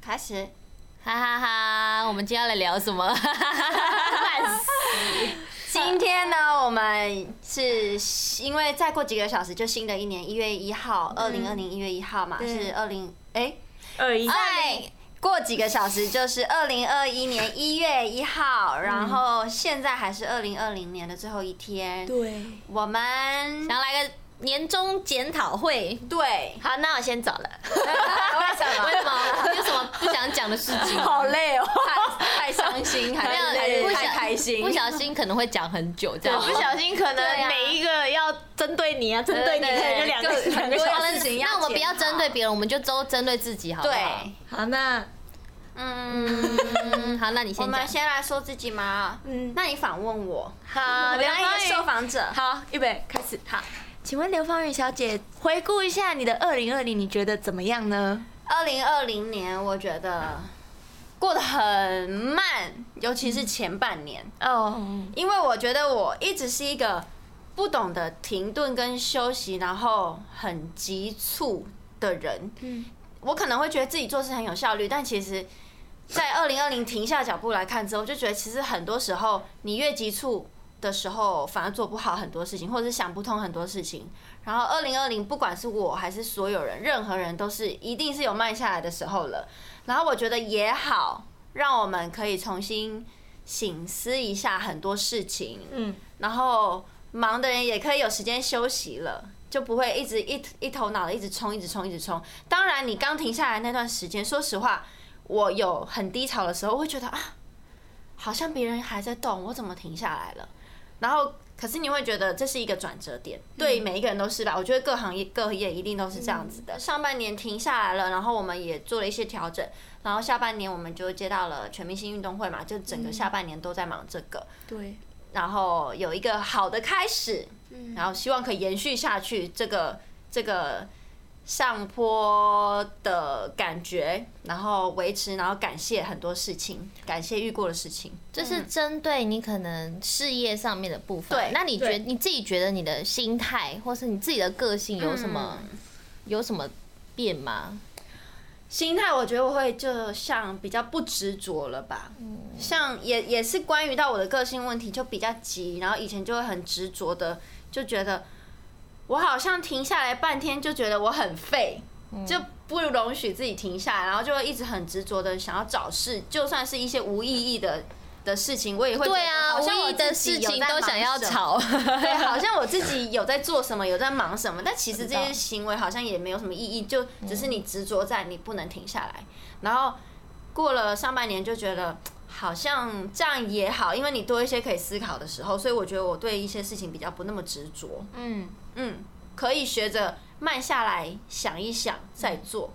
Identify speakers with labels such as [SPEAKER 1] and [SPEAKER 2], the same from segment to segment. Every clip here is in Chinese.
[SPEAKER 1] 开始。
[SPEAKER 2] 哈哈哈！我们今天要来聊什么？ 烂死
[SPEAKER 1] 今天呢，我们是因为再过几个小时就新的一年一月一号，二零二零一月一号嘛，
[SPEAKER 3] 对
[SPEAKER 1] 是二零哎，
[SPEAKER 3] 二一
[SPEAKER 1] 再过几个小时就是二零二一年一月一号，然后现在还是二零二零年的最后一天，
[SPEAKER 3] 对，
[SPEAKER 1] 我们
[SPEAKER 2] 想要来个年终检讨会。
[SPEAKER 1] 对
[SPEAKER 2] 好，那我先走 了。
[SPEAKER 1] 为什么
[SPEAKER 2] 为什么？有什么不想讲的事情？
[SPEAKER 1] 好累哦，太太伤心，还
[SPEAKER 2] 没 有
[SPEAKER 1] 是还是
[SPEAKER 2] 不
[SPEAKER 1] 太
[SPEAKER 2] 小
[SPEAKER 1] 开心
[SPEAKER 2] 不，小心可能会讲很久这
[SPEAKER 3] 对，
[SPEAKER 2] 样。
[SPEAKER 3] 哦不小心可
[SPEAKER 2] 对啊
[SPEAKER 3] 能每一个要针对你啊，针对你可
[SPEAKER 1] 对对
[SPEAKER 3] 能就两个
[SPEAKER 1] 就
[SPEAKER 3] 两个
[SPEAKER 1] 很
[SPEAKER 3] 小
[SPEAKER 1] 多
[SPEAKER 2] 好
[SPEAKER 3] 时。
[SPEAKER 2] 了
[SPEAKER 1] 事情要
[SPEAKER 2] 那我们不要
[SPEAKER 1] 检讨
[SPEAKER 2] 针对别人，我们就都针对自己，好不好？
[SPEAKER 1] 对，，
[SPEAKER 3] 好，那
[SPEAKER 1] 嗯。
[SPEAKER 2] 嗯，好，那你
[SPEAKER 1] 我
[SPEAKER 2] 先
[SPEAKER 1] 们
[SPEAKER 2] 讲。
[SPEAKER 1] 先来说自己嘛，
[SPEAKER 3] 嗯
[SPEAKER 1] 那你访问我，
[SPEAKER 3] 好，
[SPEAKER 1] 我
[SPEAKER 3] 刘
[SPEAKER 1] 当一
[SPEAKER 3] 芳
[SPEAKER 1] 个受
[SPEAKER 3] 瑜，
[SPEAKER 1] 访者，
[SPEAKER 3] 好，预备开始。好，请问刘芳瑜小姐，回顾一下你的二零二零，你觉得怎么样呢？
[SPEAKER 1] 二零二零年我觉得过得很慢，尤其是前半年，
[SPEAKER 3] 哦，
[SPEAKER 1] 因为我觉得我一直是一个不懂得停顿跟休息，然后很急促的人。
[SPEAKER 3] 嗯
[SPEAKER 1] 我可能会觉得自己做事很有效率，但其实，在二零二零停下脚步来看之后，就觉得其实很多时候你越急促的时候，反而做不好很多事情，或者是想不通很多事情。然后二零二零，不管是我还是所有人，任何人都是一定是有慢下来的时候了。然后我觉得也好，让我们可以重新醒思一下很多事情，
[SPEAKER 3] 嗯，
[SPEAKER 1] 然后忙的人也可以有时间休息了，就不会一直一一头脑的一直冲，一直冲，一直冲。当然，你刚停下来那段时间，说实话，我有很低潮的时候，我会觉得啊，好像别人还在动，我怎么停下来了？然后，可是你会觉得这是一个转折点，对每一个人都是吧？我觉得各行业各业一定都是这样子的。上半年停下来了，然后我们也做了一些调整，然后下半年我们就接到了全明星运动会嘛，就整个下半年都在忙这个。
[SPEAKER 3] 对，
[SPEAKER 1] 然后有一个好的开始，然后希望可以延续下去这个这个上坡的感觉，然后维持，然后感谢很多事情，感谢遇过的事情。
[SPEAKER 2] 这是针对你可能事业上面的部分。
[SPEAKER 1] 对
[SPEAKER 2] 那你觉
[SPEAKER 3] 对
[SPEAKER 2] 你自己觉得你的心态，或是你自己的个性有什么、有什么变吗？
[SPEAKER 1] 心态，我觉得我会就像比较不执着了吧，
[SPEAKER 2] 嗯
[SPEAKER 1] 像也也是关于到我的个性问题，就比较急，然后以前就会很执着的，就觉得我好像停下来半天就觉得我很废，
[SPEAKER 2] 嗯
[SPEAKER 1] 就不容许自己停下来，然后就会一直很执着的想要找事，就算是一些无意义的的事情，我也会觉得
[SPEAKER 2] 对啊，
[SPEAKER 1] 好像
[SPEAKER 2] 无
[SPEAKER 1] 我
[SPEAKER 2] 意的
[SPEAKER 1] 自己
[SPEAKER 2] 事
[SPEAKER 1] 有
[SPEAKER 2] 情
[SPEAKER 1] 在
[SPEAKER 2] 都
[SPEAKER 1] 忙
[SPEAKER 2] 想要
[SPEAKER 1] 什么
[SPEAKER 2] 吵。
[SPEAKER 1] 对， 好像我自己有在做什么，有在忙什么，但其实这
[SPEAKER 2] 不知
[SPEAKER 1] 些
[SPEAKER 2] 道
[SPEAKER 1] 行为好像也没有什么意义，就只是你执着在你不能停下来。然后过了上半年就觉得好像这样也好，因为你多一些可以思考的时候，所以我觉得我对一些事情比较不那么执着，
[SPEAKER 3] 嗯，
[SPEAKER 1] 嗯，可以学着慢下来想一想再做。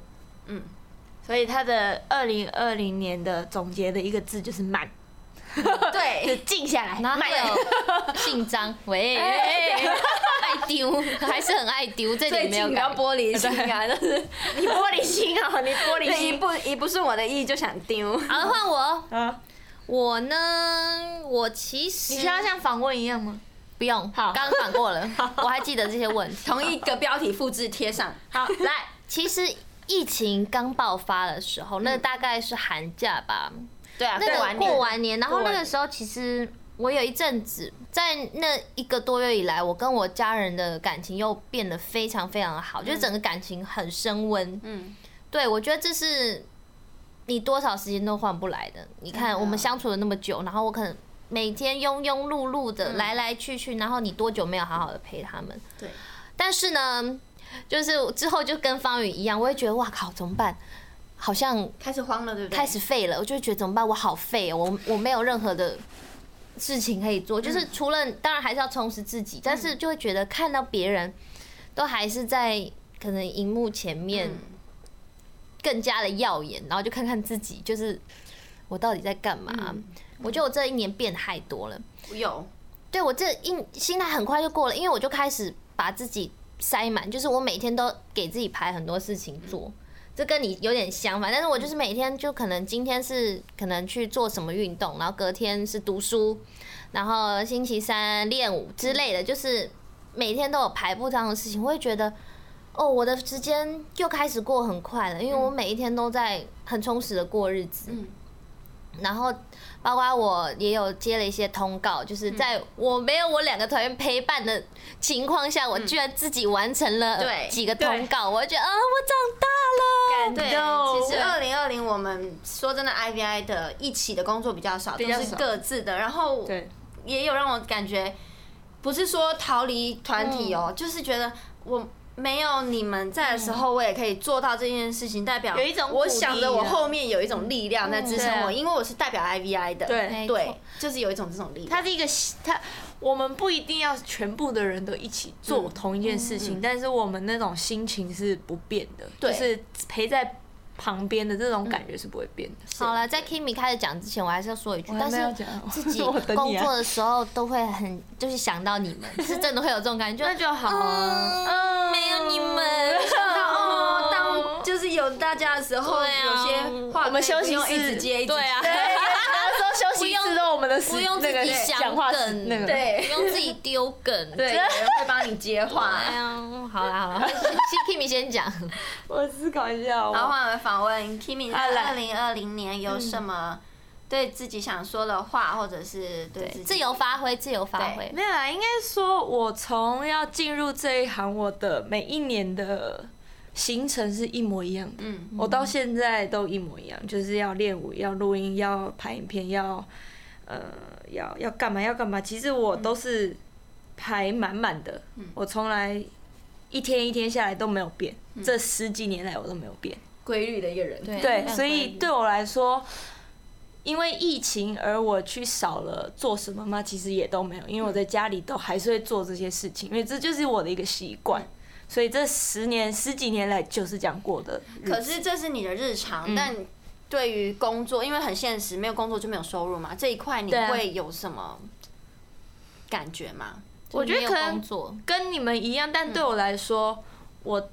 [SPEAKER 3] 所以他的二零二零年的总结的一个字就是慢， 就
[SPEAKER 1] 对，
[SPEAKER 3] 静下来，
[SPEAKER 2] 然后
[SPEAKER 3] 慢
[SPEAKER 2] 还有姓张， 喂，
[SPEAKER 3] 哎
[SPEAKER 2] 爱丢，还是很爱丢，这里
[SPEAKER 1] 最
[SPEAKER 2] 没有
[SPEAKER 1] 近比
[SPEAKER 2] 改
[SPEAKER 1] 较。玻璃心 啊，就是
[SPEAKER 3] 你玻璃心哦，你玻璃
[SPEAKER 1] 一
[SPEAKER 3] 心。
[SPEAKER 1] 不一不是我的意就想丢。
[SPEAKER 2] 好了，换我。哦
[SPEAKER 3] 啊，
[SPEAKER 2] 我呢，我其实
[SPEAKER 3] 你需要像访问一样吗？
[SPEAKER 2] 不用，
[SPEAKER 3] 好
[SPEAKER 2] 刚刚反过了，我还记得这些问题。
[SPEAKER 1] 同一个标题复制贴上，
[SPEAKER 3] 好，来，
[SPEAKER 2] 其实疫情刚爆发的时候，那大概是寒假吧，
[SPEAKER 1] 对啊，
[SPEAKER 2] 那
[SPEAKER 1] 过
[SPEAKER 2] 个
[SPEAKER 1] 完
[SPEAKER 2] 过
[SPEAKER 1] 年
[SPEAKER 2] 完年，然后那个时候其实我有一阵子，在那一个多月以来，我跟我家人的感情又变得非常非常的好，就是整个感情很升温。
[SPEAKER 1] 嗯，
[SPEAKER 2] 对，我觉得这是你多少时间都换不来的。你
[SPEAKER 1] 嗯啊
[SPEAKER 2] 看，我们相处了那么久，然后我可能每天庸庸碌碌的
[SPEAKER 1] 嗯
[SPEAKER 2] 来来去去，然后你多久没有好好的陪他们？
[SPEAKER 1] 对。
[SPEAKER 2] 但是呢，就是之后就跟方宇一样，我会觉得哇靠，怎么办？好像
[SPEAKER 1] 开始慌了，对不对？
[SPEAKER 2] 开始废了，我就会觉得怎么办？我好废哦，我我没有任何的事情可以
[SPEAKER 1] 嗯
[SPEAKER 2] 做，就是除了当然还是要充实自己，但是就会觉得看到别人都还是在可能荧幕前面
[SPEAKER 1] 嗯
[SPEAKER 2] 更加的耀眼，然后就看看自己就是我到底在干嘛
[SPEAKER 1] 嗯。
[SPEAKER 2] 我觉得我这一年变太多了，
[SPEAKER 1] 有，
[SPEAKER 2] 对我这一心态很快就过了，因为我就开始把自己塞满，就是我每天都给自己排很多事情做。这跟你有点相反，但是我就是每天就可能今天是可能去做什么运动，然后隔天是读书，然后星期三练舞之类的，就是每天都有排不一样的事情，我会觉得哦，我的时间又开始过很快了，因为我每一天都在很充实的过日子。
[SPEAKER 1] 嗯
[SPEAKER 2] 然后，包括我也有接了一些通告，就是在我没有我两个团员陪伴的情况下，我居然自己完成了
[SPEAKER 1] 对
[SPEAKER 2] 几个通
[SPEAKER 3] 对
[SPEAKER 2] 告，我就觉得啊，我长大了。
[SPEAKER 1] 对，
[SPEAKER 2] 动
[SPEAKER 1] 其实二零二零我们说真的，IVI 的一起的工作比较少，都
[SPEAKER 3] 比较
[SPEAKER 1] 是
[SPEAKER 3] 少
[SPEAKER 1] 各自的，然后
[SPEAKER 3] 对，
[SPEAKER 1] 也有让我感觉，不是说逃离团体
[SPEAKER 3] 嗯
[SPEAKER 1] 哦，就是觉得我没有你们在的时候，我也可以做到这件事情，代表
[SPEAKER 3] 有一种鼓励
[SPEAKER 1] 我想着我
[SPEAKER 3] 啊
[SPEAKER 1] 后面有一种力量在支撑我，
[SPEAKER 3] 对啊
[SPEAKER 1] 因为我是代表 IVI 的，
[SPEAKER 3] 对
[SPEAKER 2] 没
[SPEAKER 1] 对
[SPEAKER 2] 错，
[SPEAKER 1] 就是有一种这种力
[SPEAKER 3] 它
[SPEAKER 1] 量。
[SPEAKER 3] 是一个它，我们不一定要全部的人都一起做
[SPEAKER 1] 嗯
[SPEAKER 3] 同一件事情，但是我们那种心情是不变的，
[SPEAKER 1] 对
[SPEAKER 3] 就是陪在旁边的这种感觉是不会变的。
[SPEAKER 2] 好了，在 Kimi 开始讲之前，我还是要说一句，
[SPEAKER 3] 我还
[SPEAKER 2] 但
[SPEAKER 3] 没有
[SPEAKER 2] 是
[SPEAKER 3] 讲
[SPEAKER 2] 自己
[SPEAKER 3] 我等
[SPEAKER 2] 工
[SPEAKER 3] 你啊
[SPEAKER 2] 作的时候都会很，就是想到你们，是真的会有这种感觉，
[SPEAKER 3] 那就好啊，
[SPEAKER 2] 嗯，没有你们，
[SPEAKER 1] 当哦，当就是有大家的时候，
[SPEAKER 2] 对啊
[SPEAKER 1] 有些话
[SPEAKER 3] 我们
[SPEAKER 1] 可以不
[SPEAKER 3] 休息
[SPEAKER 1] 用一
[SPEAKER 3] 室
[SPEAKER 1] 直接，一直
[SPEAKER 2] 对啊
[SPEAKER 1] 接
[SPEAKER 3] 哎那时候休息
[SPEAKER 2] 不用
[SPEAKER 3] 室都我们的
[SPEAKER 2] 不用自
[SPEAKER 3] 那个
[SPEAKER 2] 己
[SPEAKER 3] 讲
[SPEAKER 2] 想
[SPEAKER 3] 话室
[SPEAKER 2] 梗，
[SPEAKER 3] 那个
[SPEAKER 1] 对
[SPEAKER 2] 不用自己丢梗，
[SPEAKER 1] 对，有人会帮你接话。
[SPEAKER 2] 哎呀，好啦好啦，先 Kimi 先讲，
[SPEAKER 3] 我思考一下好不
[SPEAKER 1] 好，
[SPEAKER 2] 啊
[SPEAKER 3] 好，
[SPEAKER 1] 换我们访问 Kimi，
[SPEAKER 3] 好
[SPEAKER 1] 在二
[SPEAKER 3] 来
[SPEAKER 1] 零二零年有什么对自己想说的话，或者是对
[SPEAKER 3] 嗯
[SPEAKER 1] 自己
[SPEAKER 2] 自由发挥，自由发挥，
[SPEAKER 3] 没有啦，应该说，我从要进入这一行，我的每一年的行程是一模一样的。
[SPEAKER 1] 嗯
[SPEAKER 3] 我到现在都一模一样，就是要练舞，要录音，要拍影片，要呃，要要干嘛要干嘛。其实我都是排满满的，我从来一天一天下来都没有变，这十几年来我都没有变。
[SPEAKER 1] 规律的一个人。
[SPEAKER 2] 对
[SPEAKER 3] 对，
[SPEAKER 2] 犯
[SPEAKER 3] 所
[SPEAKER 2] 规
[SPEAKER 3] 以
[SPEAKER 2] 律
[SPEAKER 3] 对我来说，因为疫情而我去少了做什么吗？其实也都没有，因为我在家里都还是会做这些事情，因为这就是我的一个习惯。所以这十年十几年来就是这样过的日
[SPEAKER 1] 可
[SPEAKER 3] 子。
[SPEAKER 1] 是这是你的日常，但对于工作，因为很现实，没有工作就没有收入嘛，这一块你
[SPEAKER 3] 对啊
[SPEAKER 1] 会有什么感觉吗？
[SPEAKER 3] 我觉
[SPEAKER 2] 没
[SPEAKER 3] 得
[SPEAKER 2] 有
[SPEAKER 3] 可能
[SPEAKER 2] 工作，
[SPEAKER 3] 跟你们一样，
[SPEAKER 2] 嗯
[SPEAKER 3] 但对我来说，我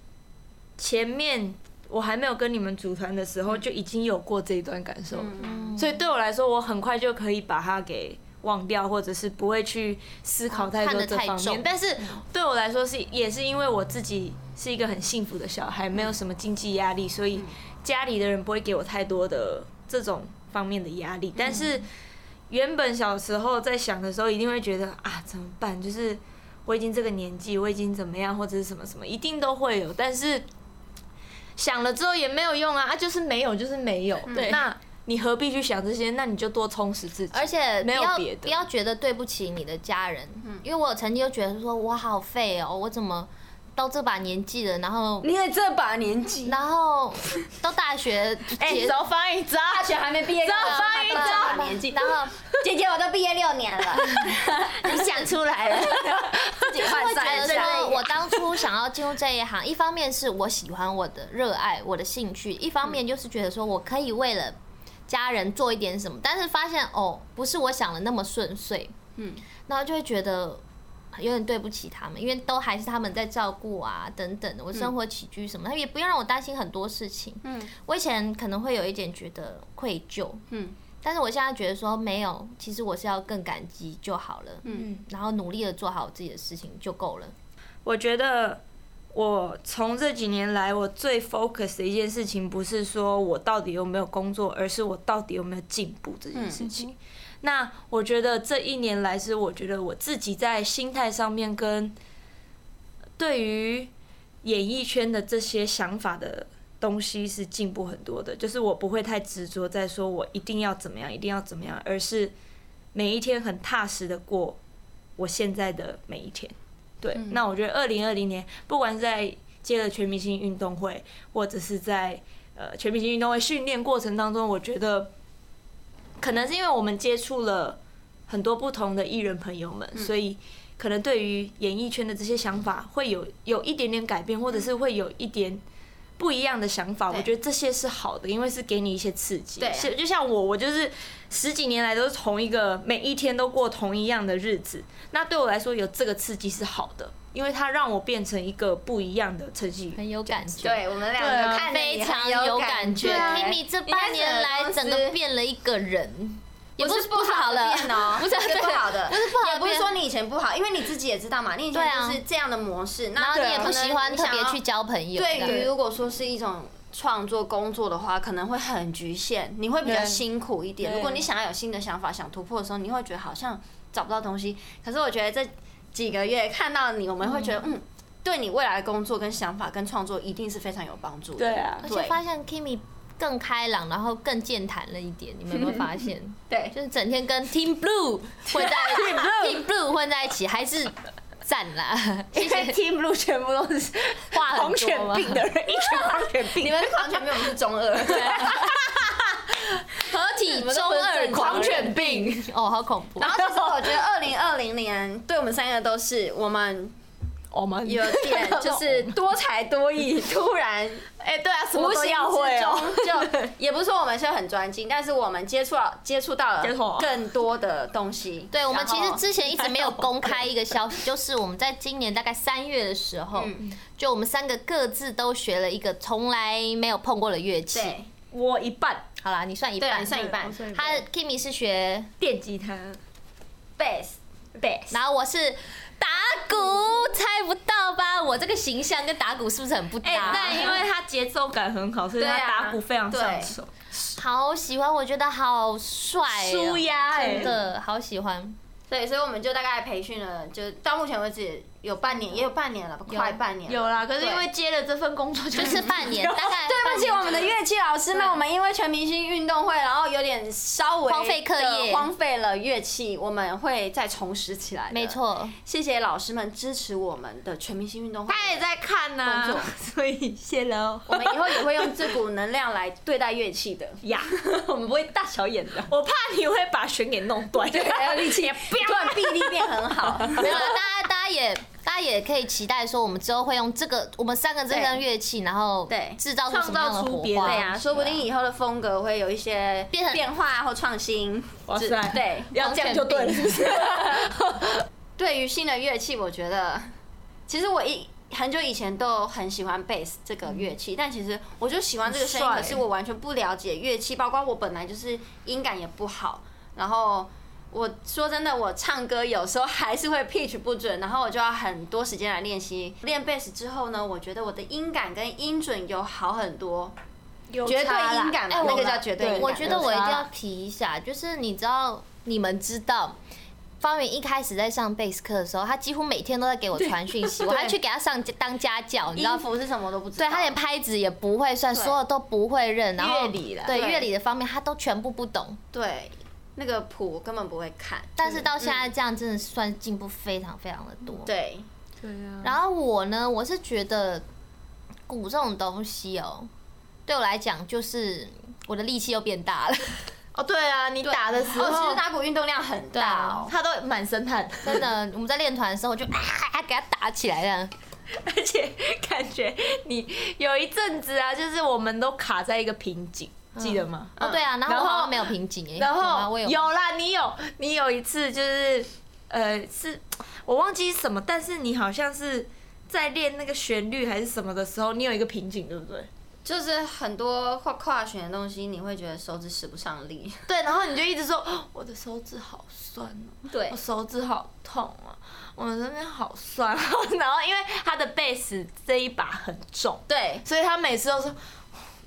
[SPEAKER 3] 前面我还没有跟你们组团的时
[SPEAKER 2] 嗯
[SPEAKER 3] 候就已经有过这一段感受了。
[SPEAKER 1] 嗯，
[SPEAKER 3] 所以对我来说，我很快就可以把它给忘掉，或者是不会去思考太多
[SPEAKER 2] 哦
[SPEAKER 3] 这
[SPEAKER 2] 看得
[SPEAKER 3] 方
[SPEAKER 2] 太重
[SPEAKER 3] 面。但是对我来说是，也是因为我自己是一个很幸福的小孩，没有什么经济压力，所以家里的人不会给我太多的这种方面的压力。但是原本小时候在想的时候，一定会觉得啊，怎么办？就是我已经这个年纪，我已经怎么样，或者是什么什么，一定都会有。但是想了之后也没有用啊，啊，就是没有，就是没有。
[SPEAKER 2] 对
[SPEAKER 3] 那你何必去想这些？那你就多充实自己。
[SPEAKER 2] 而且不
[SPEAKER 3] 没有
[SPEAKER 2] 要
[SPEAKER 3] 别的
[SPEAKER 2] 不要觉得对不起你的家人，
[SPEAKER 3] 嗯
[SPEAKER 2] 因为我曾经就觉得说我好废哦，我怎么到这把年纪了，然后
[SPEAKER 3] 嗯
[SPEAKER 1] 你也这把年纪，
[SPEAKER 2] 然后到大学结哎
[SPEAKER 3] 走翻一张，
[SPEAKER 1] 大学还没毕业，
[SPEAKER 3] 哎知道发
[SPEAKER 1] 还
[SPEAKER 3] 一
[SPEAKER 1] 到
[SPEAKER 3] 张
[SPEAKER 1] 这把年纪，
[SPEAKER 2] 然后
[SPEAKER 1] 姐姐我都毕业六年了， 你想出来了， 自己换
[SPEAKER 2] 会
[SPEAKER 1] 算
[SPEAKER 2] 觉
[SPEAKER 1] 一
[SPEAKER 2] 得
[SPEAKER 1] 下
[SPEAKER 2] 说，我当初想要进入这一行，一方面是我喜欢我的热爱我的兴趣，一方面就是觉得说我可以为了家人做一点什么，但是发现哦，不是我想的那么顺遂，
[SPEAKER 1] 嗯，
[SPEAKER 2] 然后就会觉得有点对不起他们，因为都还是他们在照顾啊等等的，我生活起居什么，他们也不要让我担心很多事情。
[SPEAKER 1] 嗯
[SPEAKER 2] 我以前可能会有一点觉得愧疚，
[SPEAKER 1] 嗯
[SPEAKER 2] 但是我现在觉得说没有，其实我是要更感激就好了，
[SPEAKER 1] 嗯，
[SPEAKER 2] 然后努力的做好自己的事情就够了。
[SPEAKER 3] 我觉得我从这几年来，我最 focus 的一件事情，不是说我到底有没有工作，而是我到底有没有进步这件事
[SPEAKER 1] 嗯
[SPEAKER 3] 情。那我觉得这一年来，是我觉得我自己在心态上面跟对于演艺圈的这些想法的东西是进步很多的，就是我不会太执着在说我一定要怎么样，一定要怎么样，而是每一天很踏实的过我现在的每一天。对，
[SPEAKER 1] 嗯
[SPEAKER 3] 那我觉得二零二零年，不管是在接了全明星运动会，或者是在呃全明星运动会训练过程当中，我觉得可能是因为我们接触了很多不同的艺人朋友
[SPEAKER 1] 嗯
[SPEAKER 3] 们，所以可能对于演艺圈的这些想法会有有一点点改变，或者是会有一点。不一样的想法，
[SPEAKER 1] 嗯对
[SPEAKER 3] 我觉得这些是好的，因为是给你一些刺激。
[SPEAKER 1] 对啊
[SPEAKER 3] 是就像我，我就是十几年来都是同一个，每一天都过同一样的日子。那对我来说，有这个刺激是好的，因为它让我变成一个不一样的陈曦
[SPEAKER 2] 很有感觉，
[SPEAKER 1] 对我们两
[SPEAKER 3] 对
[SPEAKER 1] 个
[SPEAKER 3] 啊
[SPEAKER 1] 看着
[SPEAKER 2] 非
[SPEAKER 1] 也
[SPEAKER 2] 常
[SPEAKER 1] 很
[SPEAKER 2] 有
[SPEAKER 1] 感
[SPEAKER 2] 感觉。
[SPEAKER 1] 对啊
[SPEAKER 2] Kimi 这半年来整个变了一个人，也
[SPEAKER 1] 不
[SPEAKER 2] 不
[SPEAKER 1] 是
[SPEAKER 2] 不好
[SPEAKER 1] 的
[SPEAKER 2] 了
[SPEAKER 1] 变哦，
[SPEAKER 2] 不是啊
[SPEAKER 1] 也不好的，
[SPEAKER 2] 不是不好的
[SPEAKER 1] 也不是
[SPEAKER 2] 变
[SPEAKER 1] 说你以前不好，因为你自己也知道嘛，你以
[SPEAKER 2] 对
[SPEAKER 1] 前
[SPEAKER 2] 啊
[SPEAKER 1] 就是这样的模式，
[SPEAKER 2] 然
[SPEAKER 1] 那啊
[SPEAKER 2] 后你也
[SPEAKER 1] 可
[SPEAKER 2] 不
[SPEAKER 1] 能
[SPEAKER 2] 喜欢
[SPEAKER 1] 你
[SPEAKER 2] 特
[SPEAKER 1] 想
[SPEAKER 2] 别
[SPEAKER 1] 要
[SPEAKER 2] 去交朋友，这
[SPEAKER 1] 对于
[SPEAKER 2] 样
[SPEAKER 1] 如果说是一种创作工作的话，可能会很局限，你会比较
[SPEAKER 3] 对
[SPEAKER 1] 辛苦一点。如果
[SPEAKER 3] 对
[SPEAKER 1] 你想要有新的想法、想突破的时候，你会觉得好像找不到东西。可是我觉得这几个月看到你，我们会觉得嗯。对你未来的工作跟想法跟创作一定是非常有帮助的。
[SPEAKER 3] 对啊
[SPEAKER 2] 而
[SPEAKER 1] 对
[SPEAKER 2] 且发现 Kimi 更开朗，然后更健谈了一点，你们有没有发现？
[SPEAKER 1] 对
[SPEAKER 2] 就是整天跟 Team Blue 混在 Team Blue 混在一起，还是赞 啦！谢
[SPEAKER 3] 因为
[SPEAKER 2] 谢
[SPEAKER 3] Team Blue 全部都是
[SPEAKER 2] 话很
[SPEAKER 3] 狂犬
[SPEAKER 2] 多吗？
[SPEAKER 3] 病的 人，一群狂犬病。
[SPEAKER 1] 你们是狂犬病，我们是中 二。
[SPEAKER 2] 合体中二狂犬病 哦，好恐怖
[SPEAKER 1] 然！后其实我觉得二零二零年对我们三个都是我们
[SPEAKER 3] 我们
[SPEAKER 1] 有点就是多才多艺，突 然
[SPEAKER 3] 哎，对啊，什么
[SPEAKER 1] 无
[SPEAKER 3] 都
[SPEAKER 1] 形
[SPEAKER 3] 要会
[SPEAKER 1] 之
[SPEAKER 3] 哦。
[SPEAKER 1] 中啊 就也不是说我们现在很专精，但是我们接触到接触到
[SPEAKER 3] 接触
[SPEAKER 1] 了
[SPEAKER 3] 啊
[SPEAKER 1] 更多的东西。
[SPEAKER 2] 对，我们其
[SPEAKER 1] 然
[SPEAKER 2] 实
[SPEAKER 1] 后
[SPEAKER 2] 之前一直没有公开一个消息，就是我们在今年大概三月的时候，
[SPEAKER 1] 嗯
[SPEAKER 2] 就我们三个各自都学了一个从来没有碰过的乐器。
[SPEAKER 1] 对
[SPEAKER 3] 我一半
[SPEAKER 2] 好啦，你算一
[SPEAKER 1] 对啊，
[SPEAKER 2] 半，
[SPEAKER 1] 你算一半
[SPEAKER 3] 我算一半
[SPEAKER 2] 他 Kimi 是学
[SPEAKER 3] 电吉他，
[SPEAKER 1] ，bass bass，
[SPEAKER 2] 然后我是打鼓，猜不到吧？我这个形象跟打鼓是不是很不搭？
[SPEAKER 3] 哎， 但因为它节奏感很好，所以它
[SPEAKER 1] 对啊
[SPEAKER 3] 打鼓非常上手，
[SPEAKER 2] 好喜欢，我觉得好帅、哦，
[SPEAKER 3] 舒压哎
[SPEAKER 2] 真。的好喜欢。
[SPEAKER 1] 对，所以我们就大概培训了，就到目前为止有半年，也有半年了，快半年了。
[SPEAKER 3] 有啦，可是
[SPEAKER 1] 对
[SPEAKER 3] 因为接了这份工作，
[SPEAKER 2] 就是半年，大概
[SPEAKER 1] 对不起，
[SPEAKER 2] 半年
[SPEAKER 1] 我们的乐器老师们，我们因为全明星运动会，然后有点稍微
[SPEAKER 2] 荒废课业
[SPEAKER 1] 地荒废了乐器，我们会再重拾起来。
[SPEAKER 2] 没，错，
[SPEAKER 1] 谢谢老师们支持我们的全明星运动会。
[SPEAKER 3] 他也在看
[SPEAKER 1] 工
[SPEAKER 3] 呐
[SPEAKER 1] 作，
[SPEAKER 3] 所以谢了哦
[SPEAKER 1] 我们以后也会用这股能量来对待乐器 的。
[SPEAKER 3] 呀。我们不会大小眼的，我怕你会把弦给弄断，还有力 气，
[SPEAKER 1] 突然臂力变很 好，
[SPEAKER 2] 没有啦，大家大家也大家也可以期待说，我们之后会用这个我们三个这项乐器，然后
[SPEAKER 1] 对
[SPEAKER 2] 制造出什么样的
[SPEAKER 3] 创造
[SPEAKER 2] 火
[SPEAKER 3] 出别的
[SPEAKER 2] 花？
[SPEAKER 1] 对啊，说不定以后的风格会有一些
[SPEAKER 2] 变
[SPEAKER 1] 变化或创新。
[SPEAKER 3] 哇
[SPEAKER 1] 是
[SPEAKER 3] 塞，
[SPEAKER 1] 对
[SPEAKER 3] 要这样就对了， 是不是？
[SPEAKER 1] 对于新的乐器，我觉得其实我一很久以前都很喜欢贝斯这个乐器，但其实我就喜欢这个声音，
[SPEAKER 3] 很帅
[SPEAKER 1] 可是我完全不了解乐器，包括我本来就是音感也不好，然后。我说真的，我唱歌有时候还是会 pitch 不准，然后我就要很多时间来练习。练贝斯之后呢，我觉得我的音感跟音准有好很多，绝对音感嘛，
[SPEAKER 2] 哎我
[SPEAKER 1] 那个叫绝对音感。
[SPEAKER 2] 我觉得
[SPEAKER 1] 有
[SPEAKER 2] 我一
[SPEAKER 1] 差
[SPEAKER 2] 定
[SPEAKER 1] 啦
[SPEAKER 2] 要提一下，就是你知道，你们知道，方圆一开始在上贝斯课的时候，他几乎每天都在给我传讯息，我还去给他上当家教，你知道
[SPEAKER 1] 音。符是什么都不知道。
[SPEAKER 2] 对他连拍子也不会算，
[SPEAKER 1] 对
[SPEAKER 2] 所有都不会认，然后
[SPEAKER 3] 乐理啦
[SPEAKER 2] 对
[SPEAKER 1] 对
[SPEAKER 2] 乐理的方面他都全部不懂。
[SPEAKER 1] 对那个谱我根本不会看。
[SPEAKER 2] 但是到现在这样，真的算进步非常非常的多。
[SPEAKER 1] 对，
[SPEAKER 3] 对啊，
[SPEAKER 2] 然后我呢，我是觉得鼓这种东西哦，对我来讲就是我的力气又变大了，
[SPEAKER 3] 哦对啊，你打的时
[SPEAKER 1] 哦，其
[SPEAKER 3] 候
[SPEAKER 1] 实，打鼓运动量很
[SPEAKER 2] 对
[SPEAKER 1] 大
[SPEAKER 2] 啊
[SPEAKER 1] 哦。
[SPEAKER 3] 他都满身汗，
[SPEAKER 2] 真的。我们在练团的时候，我就啊啊给他打起来了。
[SPEAKER 3] 而且感觉你有一阵子啊，就是我们都卡在一个瓶颈，记得吗？
[SPEAKER 2] 哦，对啊，然后
[SPEAKER 3] 然
[SPEAKER 2] 我
[SPEAKER 3] 后
[SPEAKER 2] 好像没有瓶颈耶，
[SPEAKER 3] 然
[SPEAKER 2] 有吗
[SPEAKER 3] 后
[SPEAKER 2] 我有吗，
[SPEAKER 3] 有啦，你有你有一次就是呃是我忘记什么，但是你好像是在练那个旋律还是什么的时候，你有一个瓶颈，对不对？
[SPEAKER 1] 就是很多跨跨弦的东西，你会觉得手指使不上力。
[SPEAKER 3] 对，然后你就一直说哦我的手指好酸哦，
[SPEAKER 1] 对
[SPEAKER 3] 我手指好痛啊，我这边好酸、啊。然后因为他的贝斯这一把很重，
[SPEAKER 1] 对，
[SPEAKER 3] 所以他每次都说哦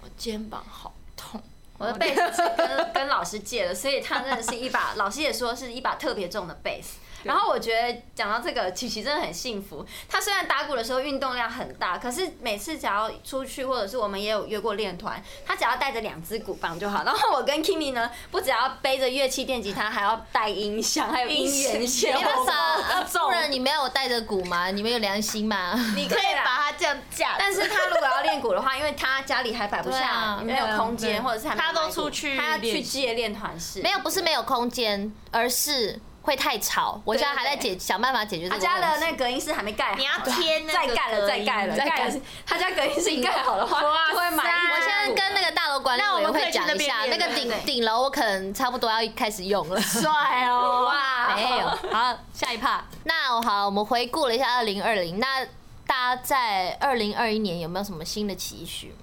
[SPEAKER 3] 我肩膀好痛。
[SPEAKER 1] 我的贝斯是跟跟老师借的，所以它真的是一把，老师也说是一把特别重的贝斯。然后我觉得讲到这个，琪琪真的很幸福。她虽然打鼓的时候运动量很大，可是每次只要出去，或者是我们也有约过练团，她只要带着两只鼓棒就好。然后我跟 Kimi 呢，不只要背着乐器电吉他，还要带音箱，还有音源线。
[SPEAKER 2] 没办法
[SPEAKER 3] 要
[SPEAKER 2] 啊，
[SPEAKER 3] 重
[SPEAKER 2] 不然你没有带着鼓吗？你们有良心吗？
[SPEAKER 1] 你可以
[SPEAKER 3] 把它这样架着，
[SPEAKER 1] 但是他如果要练鼓的话，因为他家里还摆不
[SPEAKER 2] 对啊
[SPEAKER 1] 下，没有空间，
[SPEAKER 3] 嗯
[SPEAKER 1] 或者是还没
[SPEAKER 3] 他都
[SPEAKER 1] 买鼓
[SPEAKER 3] 出去
[SPEAKER 1] 他要去
[SPEAKER 3] 练
[SPEAKER 1] 借练团式，
[SPEAKER 2] 没有，不是没有空间，而是会太吵。我现在还在解想办法解决这
[SPEAKER 1] 他
[SPEAKER 2] 个问
[SPEAKER 1] 家
[SPEAKER 2] 题。
[SPEAKER 1] 的啊那个隔音室还没盖好，
[SPEAKER 3] 你要贴那
[SPEAKER 1] 再
[SPEAKER 3] 个
[SPEAKER 1] 盖
[SPEAKER 3] 隔
[SPEAKER 1] 了，再
[SPEAKER 3] 音
[SPEAKER 1] 盖了，
[SPEAKER 3] 再
[SPEAKER 1] 盖
[SPEAKER 3] 盖
[SPEAKER 1] 了。他家隔音室一盖好的话，
[SPEAKER 3] 哇
[SPEAKER 1] 就会买一
[SPEAKER 3] 塞
[SPEAKER 1] 个。
[SPEAKER 2] 我现在跟那个大楼管理
[SPEAKER 3] 那我
[SPEAKER 2] 委员
[SPEAKER 3] 们可以
[SPEAKER 2] 会
[SPEAKER 3] 去
[SPEAKER 2] 讲
[SPEAKER 3] 那
[SPEAKER 2] 一
[SPEAKER 3] 边
[SPEAKER 2] 下，那
[SPEAKER 3] 练
[SPEAKER 2] 个顶
[SPEAKER 1] 对
[SPEAKER 2] 顶楼我可能差不多要开始用了。
[SPEAKER 1] 帅哦，
[SPEAKER 3] 啊
[SPEAKER 1] 哇，
[SPEAKER 3] 哎
[SPEAKER 2] 没有，好，下一趴。那好，我们回顾了一下二零二零，那大家在二零二一年有没有什么新的期许？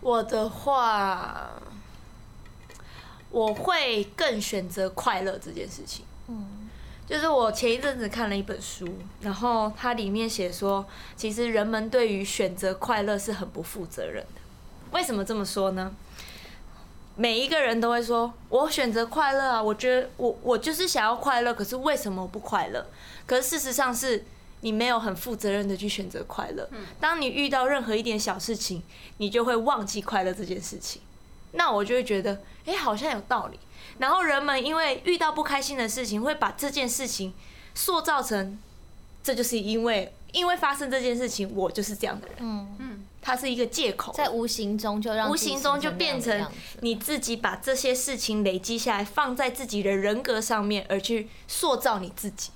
[SPEAKER 3] 我的话，我会更选择快乐这件事情。就是我前一阵子看了一本书，然后它里面写说，其实人们对于选择快乐是很不负责任的。为什么这么说呢？每一个人都会说，我选择快乐啊，我觉得我我就是想要快乐，可是为什么我不快乐？可是事实上是你没有很负责任的去选择快乐。当你遇到任何一点小事情，你就会忘记快乐这件事情。那我就会觉得，哎、好像有道理。然后人们因为遇到不开心的事情，会把这件事情塑造成，这就是因为因为发生这件事情，我就是这样的人，
[SPEAKER 2] 嗯，
[SPEAKER 3] 它是一个借口，
[SPEAKER 2] 在无形中就让
[SPEAKER 3] 无
[SPEAKER 2] 自己
[SPEAKER 3] 形中就
[SPEAKER 2] 那样
[SPEAKER 3] 变
[SPEAKER 2] 的
[SPEAKER 3] 成
[SPEAKER 2] 样子
[SPEAKER 3] 你自己把这些事情累积下来，放在自己的人格上面，而去塑造你自己。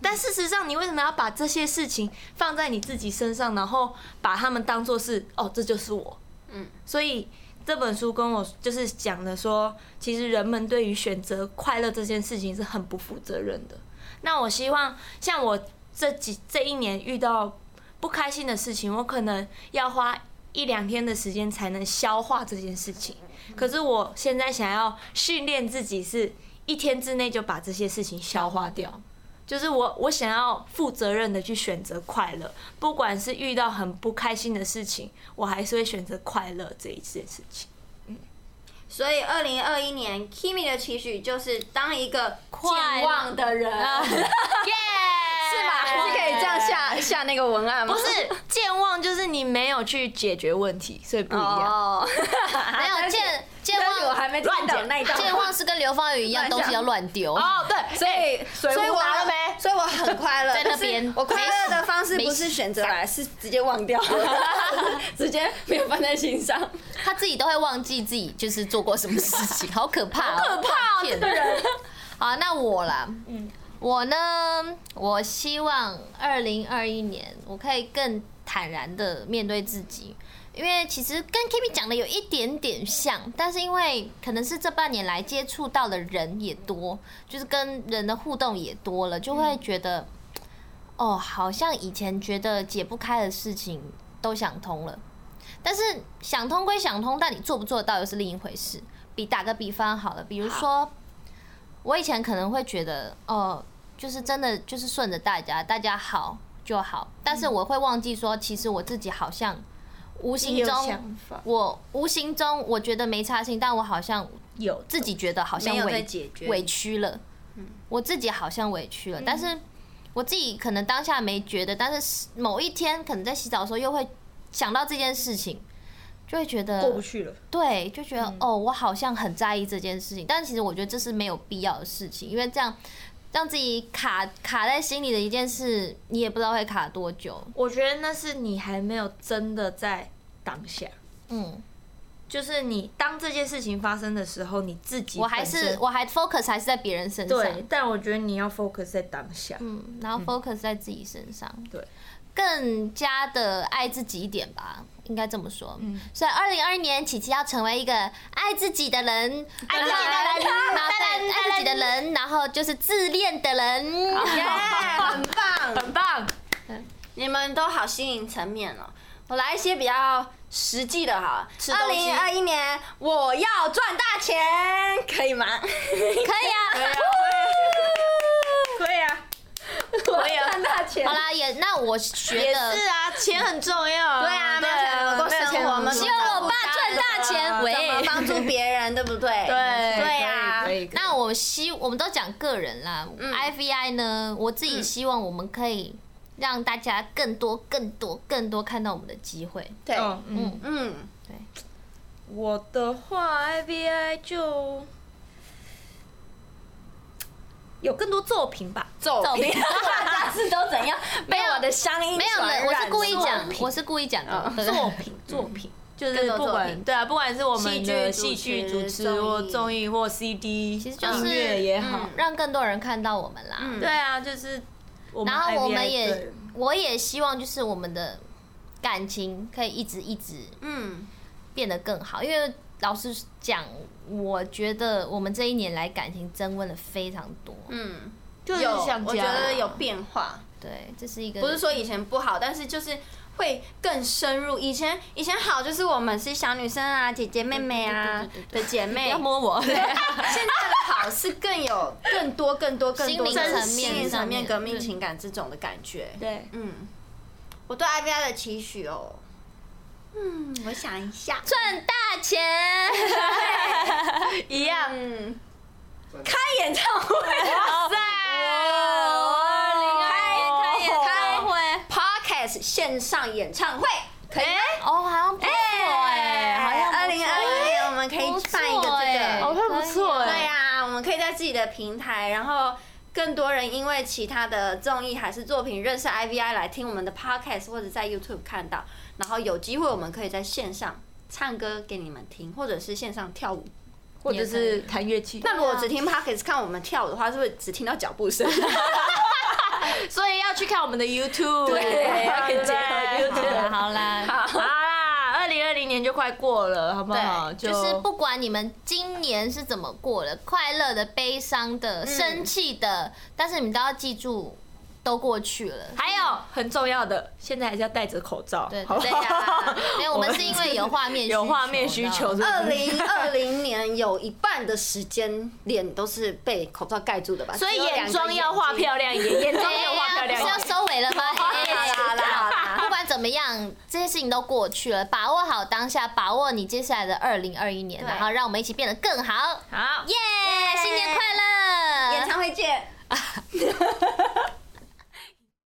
[SPEAKER 3] 但事实上，你为什么要把这些事情放在你自己身上，然后把他们当做是哦，这就是我？
[SPEAKER 1] 嗯，
[SPEAKER 3] 所以这本书跟我就是讲的说，其实人们对于选择快乐这件事情是很不负责任的。那我希望像我这几这一年遇到不开心的事情，我可能要花一两天的时间才能消化这件事情。可是我现在想要训练自己，是一天之内就把这些事情消化掉。就是我，我想要负责任的去选择快乐，不管是遇到很不开心的事情，我还是会选择快乐这一件事情。
[SPEAKER 1] 所以二零二一年 Kimi 的期许就是当一个
[SPEAKER 2] 快
[SPEAKER 1] 健
[SPEAKER 2] 乐
[SPEAKER 1] 忘的人，是吧？是可以这样下下那个文案吗？
[SPEAKER 3] 不是健忘，就是你没有去解决问题，所以不一样。
[SPEAKER 1] 哦，
[SPEAKER 2] 没有健健
[SPEAKER 1] 但是我
[SPEAKER 2] 忘，
[SPEAKER 1] 还没听懂那一段话。
[SPEAKER 2] 健忘是跟刘芳宇一样，
[SPEAKER 1] 乱讲
[SPEAKER 2] 东西要乱丢。
[SPEAKER 3] 哦，对，
[SPEAKER 1] 所以，所以
[SPEAKER 3] 壶
[SPEAKER 1] 我
[SPEAKER 3] 拿了
[SPEAKER 1] 没，所以我很快 乐。
[SPEAKER 2] 在那边
[SPEAKER 1] 但是我快乐的方式
[SPEAKER 2] 没
[SPEAKER 1] 不是选择来，是直接忘掉， 直接没有放在心上。
[SPEAKER 2] 他自己都会忘记自己就是做过什么事情， 好可怕、好可怕、这个人。好，那我啦，嗯，我呢，我希望二零二一年我可以更坦然的面对自己，因为其实跟 Kimi 讲的有一点点像，但是因为可能是这半年来接触到的人也多，就是跟人的互动也多了，就会觉得，哦，好像以前觉得解不开的事情都想通了。但是想通归想通，但你做不做得到又是另一回事。比打个比方好了，比如说，我以前可能会觉得，哦，就是真的就是顺着大家，大家好就好，但是我会忘记说，其实我自己好像无
[SPEAKER 3] 也
[SPEAKER 2] 形
[SPEAKER 3] 有
[SPEAKER 2] 中
[SPEAKER 3] 想法，
[SPEAKER 2] 我无形中我觉得没差劲，但我好像
[SPEAKER 3] 有
[SPEAKER 2] 自己觉得好像
[SPEAKER 1] 没有在
[SPEAKER 2] 委
[SPEAKER 1] 解决
[SPEAKER 2] 委屈了，
[SPEAKER 3] 嗯
[SPEAKER 2] 我自己好像委屈了，但是我自己可能当下没觉得，但是某一天可能在洗澡的时候又会想到这件事情，就会觉得
[SPEAKER 3] 过不去了。嗯
[SPEAKER 2] 对，就觉得、哦，我好像很在意这件事情，但其实我觉得这是没有必要的事情，因为这样让自己卡卡在心里的一件事，你也不知道会卡多久。
[SPEAKER 3] 我觉得那是你还没有真的在当下，
[SPEAKER 2] 嗯，
[SPEAKER 3] 就是你当这件事情发生的时候，你自己
[SPEAKER 2] 我还
[SPEAKER 3] 本
[SPEAKER 2] 是
[SPEAKER 3] 身
[SPEAKER 2] 我还 focus 还是在别人身上，
[SPEAKER 3] 对，但我觉得你要 focus 在当下。
[SPEAKER 2] 嗯，然后 focus 在自己身上，
[SPEAKER 3] 对，
[SPEAKER 2] 更加的爱自己一点吧，应该这么说。所以二零二一年，琪琪要成为一个爱自己的人，爱
[SPEAKER 3] 自己的人
[SPEAKER 2] 然后对，爱自己的人，然后就是自恋的人。
[SPEAKER 1] 耶，很棒！
[SPEAKER 3] 很棒，
[SPEAKER 1] 你们都好心灵层面哦。我来一些比较实际的哈。
[SPEAKER 3] 吃
[SPEAKER 1] 二
[SPEAKER 3] 东西
[SPEAKER 1] 零二一年我要赚大钱， 可以吗？
[SPEAKER 2] 可 以啊。
[SPEAKER 3] 可以 啊，
[SPEAKER 1] 我要赚大钱
[SPEAKER 2] 好。啦，也那我学
[SPEAKER 3] 也
[SPEAKER 2] 的，
[SPEAKER 3] 是啊，钱很重要啊。
[SPEAKER 1] 对啊，没有钱怎么过
[SPEAKER 3] 没有
[SPEAKER 1] 生活？我们
[SPEAKER 2] 希望我爸赚大钱。
[SPEAKER 1] 怎么
[SPEAKER 2] 喂，
[SPEAKER 1] 帮助别人，对不对？对
[SPEAKER 3] 对
[SPEAKER 1] 对啊呀
[SPEAKER 3] 可。以可以
[SPEAKER 2] 啊那我希我们都讲个人啦，IVI 呢，我自己希望我们可以让大家更多、更多、更多看到我们的机会。
[SPEAKER 1] 对，
[SPEAKER 3] 嗯嗯，
[SPEAKER 1] 嗯，
[SPEAKER 3] 我的话，IVI 就有更多作品吧。
[SPEAKER 1] 走
[SPEAKER 2] 走
[SPEAKER 1] 平
[SPEAKER 2] 平，
[SPEAKER 1] 大字都怎样？没 有我的乡音
[SPEAKER 2] 没有，
[SPEAKER 1] 传染
[SPEAKER 2] 没我是故意讲
[SPEAKER 1] 作，品
[SPEAKER 2] 我是故意讲的
[SPEAKER 1] 嗯。
[SPEAKER 2] 对
[SPEAKER 3] 作 品作品，就
[SPEAKER 1] 更
[SPEAKER 3] 是
[SPEAKER 1] 多
[SPEAKER 3] 不
[SPEAKER 1] 作
[SPEAKER 3] 管
[SPEAKER 1] 品
[SPEAKER 3] 对啊，不管是我们的
[SPEAKER 1] 戏
[SPEAKER 3] 戏
[SPEAKER 1] 剧
[SPEAKER 3] 剧
[SPEAKER 1] 主持
[SPEAKER 3] 主持或
[SPEAKER 1] 综艺
[SPEAKER 3] 综艺或 CD，其
[SPEAKER 2] 实就是
[SPEAKER 3] 音乐也好
[SPEAKER 1] 嗯，
[SPEAKER 2] 让更多人看到我们啦。
[SPEAKER 1] 嗯
[SPEAKER 3] 对啊，就是我们
[SPEAKER 2] 然后我
[SPEAKER 3] IVI
[SPEAKER 2] 们也
[SPEAKER 3] 对，
[SPEAKER 2] 我也希望就是我们的感情可以一直一直
[SPEAKER 1] 嗯，
[SPEAKER 2] 变得更好。因为老实讲，我觉得我们这一年来感情增温了非常多。
[SPEAKER 1] 嗯，
[SPEAKER 3] 就是
[SPEAKER 1] 有，
[SPEAKER 3] 想
[SPEAKER 1] 我
[SPEAKER 3] 家
[SPEAKER 1] 觉得有变化，
[SPEAKER 2] 对，这是一个
[SPEAKER 1] 不是说以前不好，但是就是会更深入。以前以前好就是我们是小女生啊，姐姐妹妹啊的姐
[SPEAKER 2] 不
[SPEAKER 1] 妹
[SPEAKER 2] 要，摸我。
[SPEAKER 1] 现在的好是更有更多更多更多
[SPEAKER 2] 心灵层面
[SPEAKER 1] 心灵层面
[SPEAKER 2] 上面
[SPEAKER 1] 革命情感这种的感觉。
[SPEAKER 3] 对，
[SPEAKER 1] 嗯，我对 IVI 的期许哦，嗯，我想一下，
[SPEAKER 2] 赚大 钱，
[SPEAKER 1] 一样，嗯开演唱会，开
[SPEAKER 2] 开开演唱会，
[SPEAKER 1] ，Podcast 线上演唱会，可以吗？
[SPEAKER 2] 哦，好像不错哎，好像
[SPEAKER 1] 二零二一年我们可以办一个这
[SPEAKER 4] 哦
[SPEAKER 1] 个，
[SPEAKER 4] 那不错哎
[SPEAKER 1] 对啊，我们可以在自己的平台，然后。更多人因为其他的综艺还是作品认识 IVI 来听我们的 podcast 或者在 YouTube 看到，然后有机会我们可以在线上唱歌给你们听，或者是线上跳
[SPEAKER 3] 啊
[SPEAKER 1] 舞。
[SPEAKER 3] 或者是弹乐器。啊
[SPEAKER 1] 那如果只听 podcast 看我们跳舞的话，是不是只听到脚 步声？
[SPEAKER 4] 所以要去看我们的 YouTube，
[SPEAKER 3] 对
[SPEAKER 4] 还可以结合 YouTube。
[SPEAKER 2] 对，好啦。
[SPEAKER 3] 好啦，二零二零年就快过了，好不好？
[SPEAKER 2] 对，啊就是不管你们今年是怎么过的，快乐的、悲伤的、生气
[SPEAKER 1] 嗯
[SPEAKER 2] 的，但是你们都要记住，都过 去了。
[SPEAKER 3] 还有很重要的，现在还是要戴着口罩，
[SPEAKER 2] 对
[SPEAKER 3] 好不
[SPEAKER 2] 对
[SPEAKER 3] 好
[SPEAKER 2] 呀？，因为哎我们是 因为有画面
[SPEAKER 3] 有画面需求，
[SPEAKER 2] 你
[SPEAKER 3] 是
[SPEAKER 2] 知道吗
[SPEAKER 1] 二零二零年有一半的时间脸都是被口罩盖住的吧？
[SPEAKER 3] 所以
[SPEAKER 1] 只有两个
[SPEAKER 3] 眼妆要画
[SPEAKER 1] 眼睛。
[SPEAKER 3] 漂亮一点，眼妆
[SPEAKER 2] 对
[SPEAKER 3] 要画漂
[SPEAKER 2] 哎呀，不
[SPEAKER 3] 亮一
[SPEAKER 2] 是
[SPEAKER 3] 点
[SPEAKER 2] 要。收尾了吗？
[SPEAKER 1] 好啦好啦好啦，
[SPEAKER 2] 不管怎么样，这些事情都过去了，把握好当下，把握你接下来的二零二一年，
[SPEAKER 1] 对
[SPEAKER 2] 然后让我们一起变得更好。
[SPEAKER 3] 好，
[SPEAKER 2] 耶！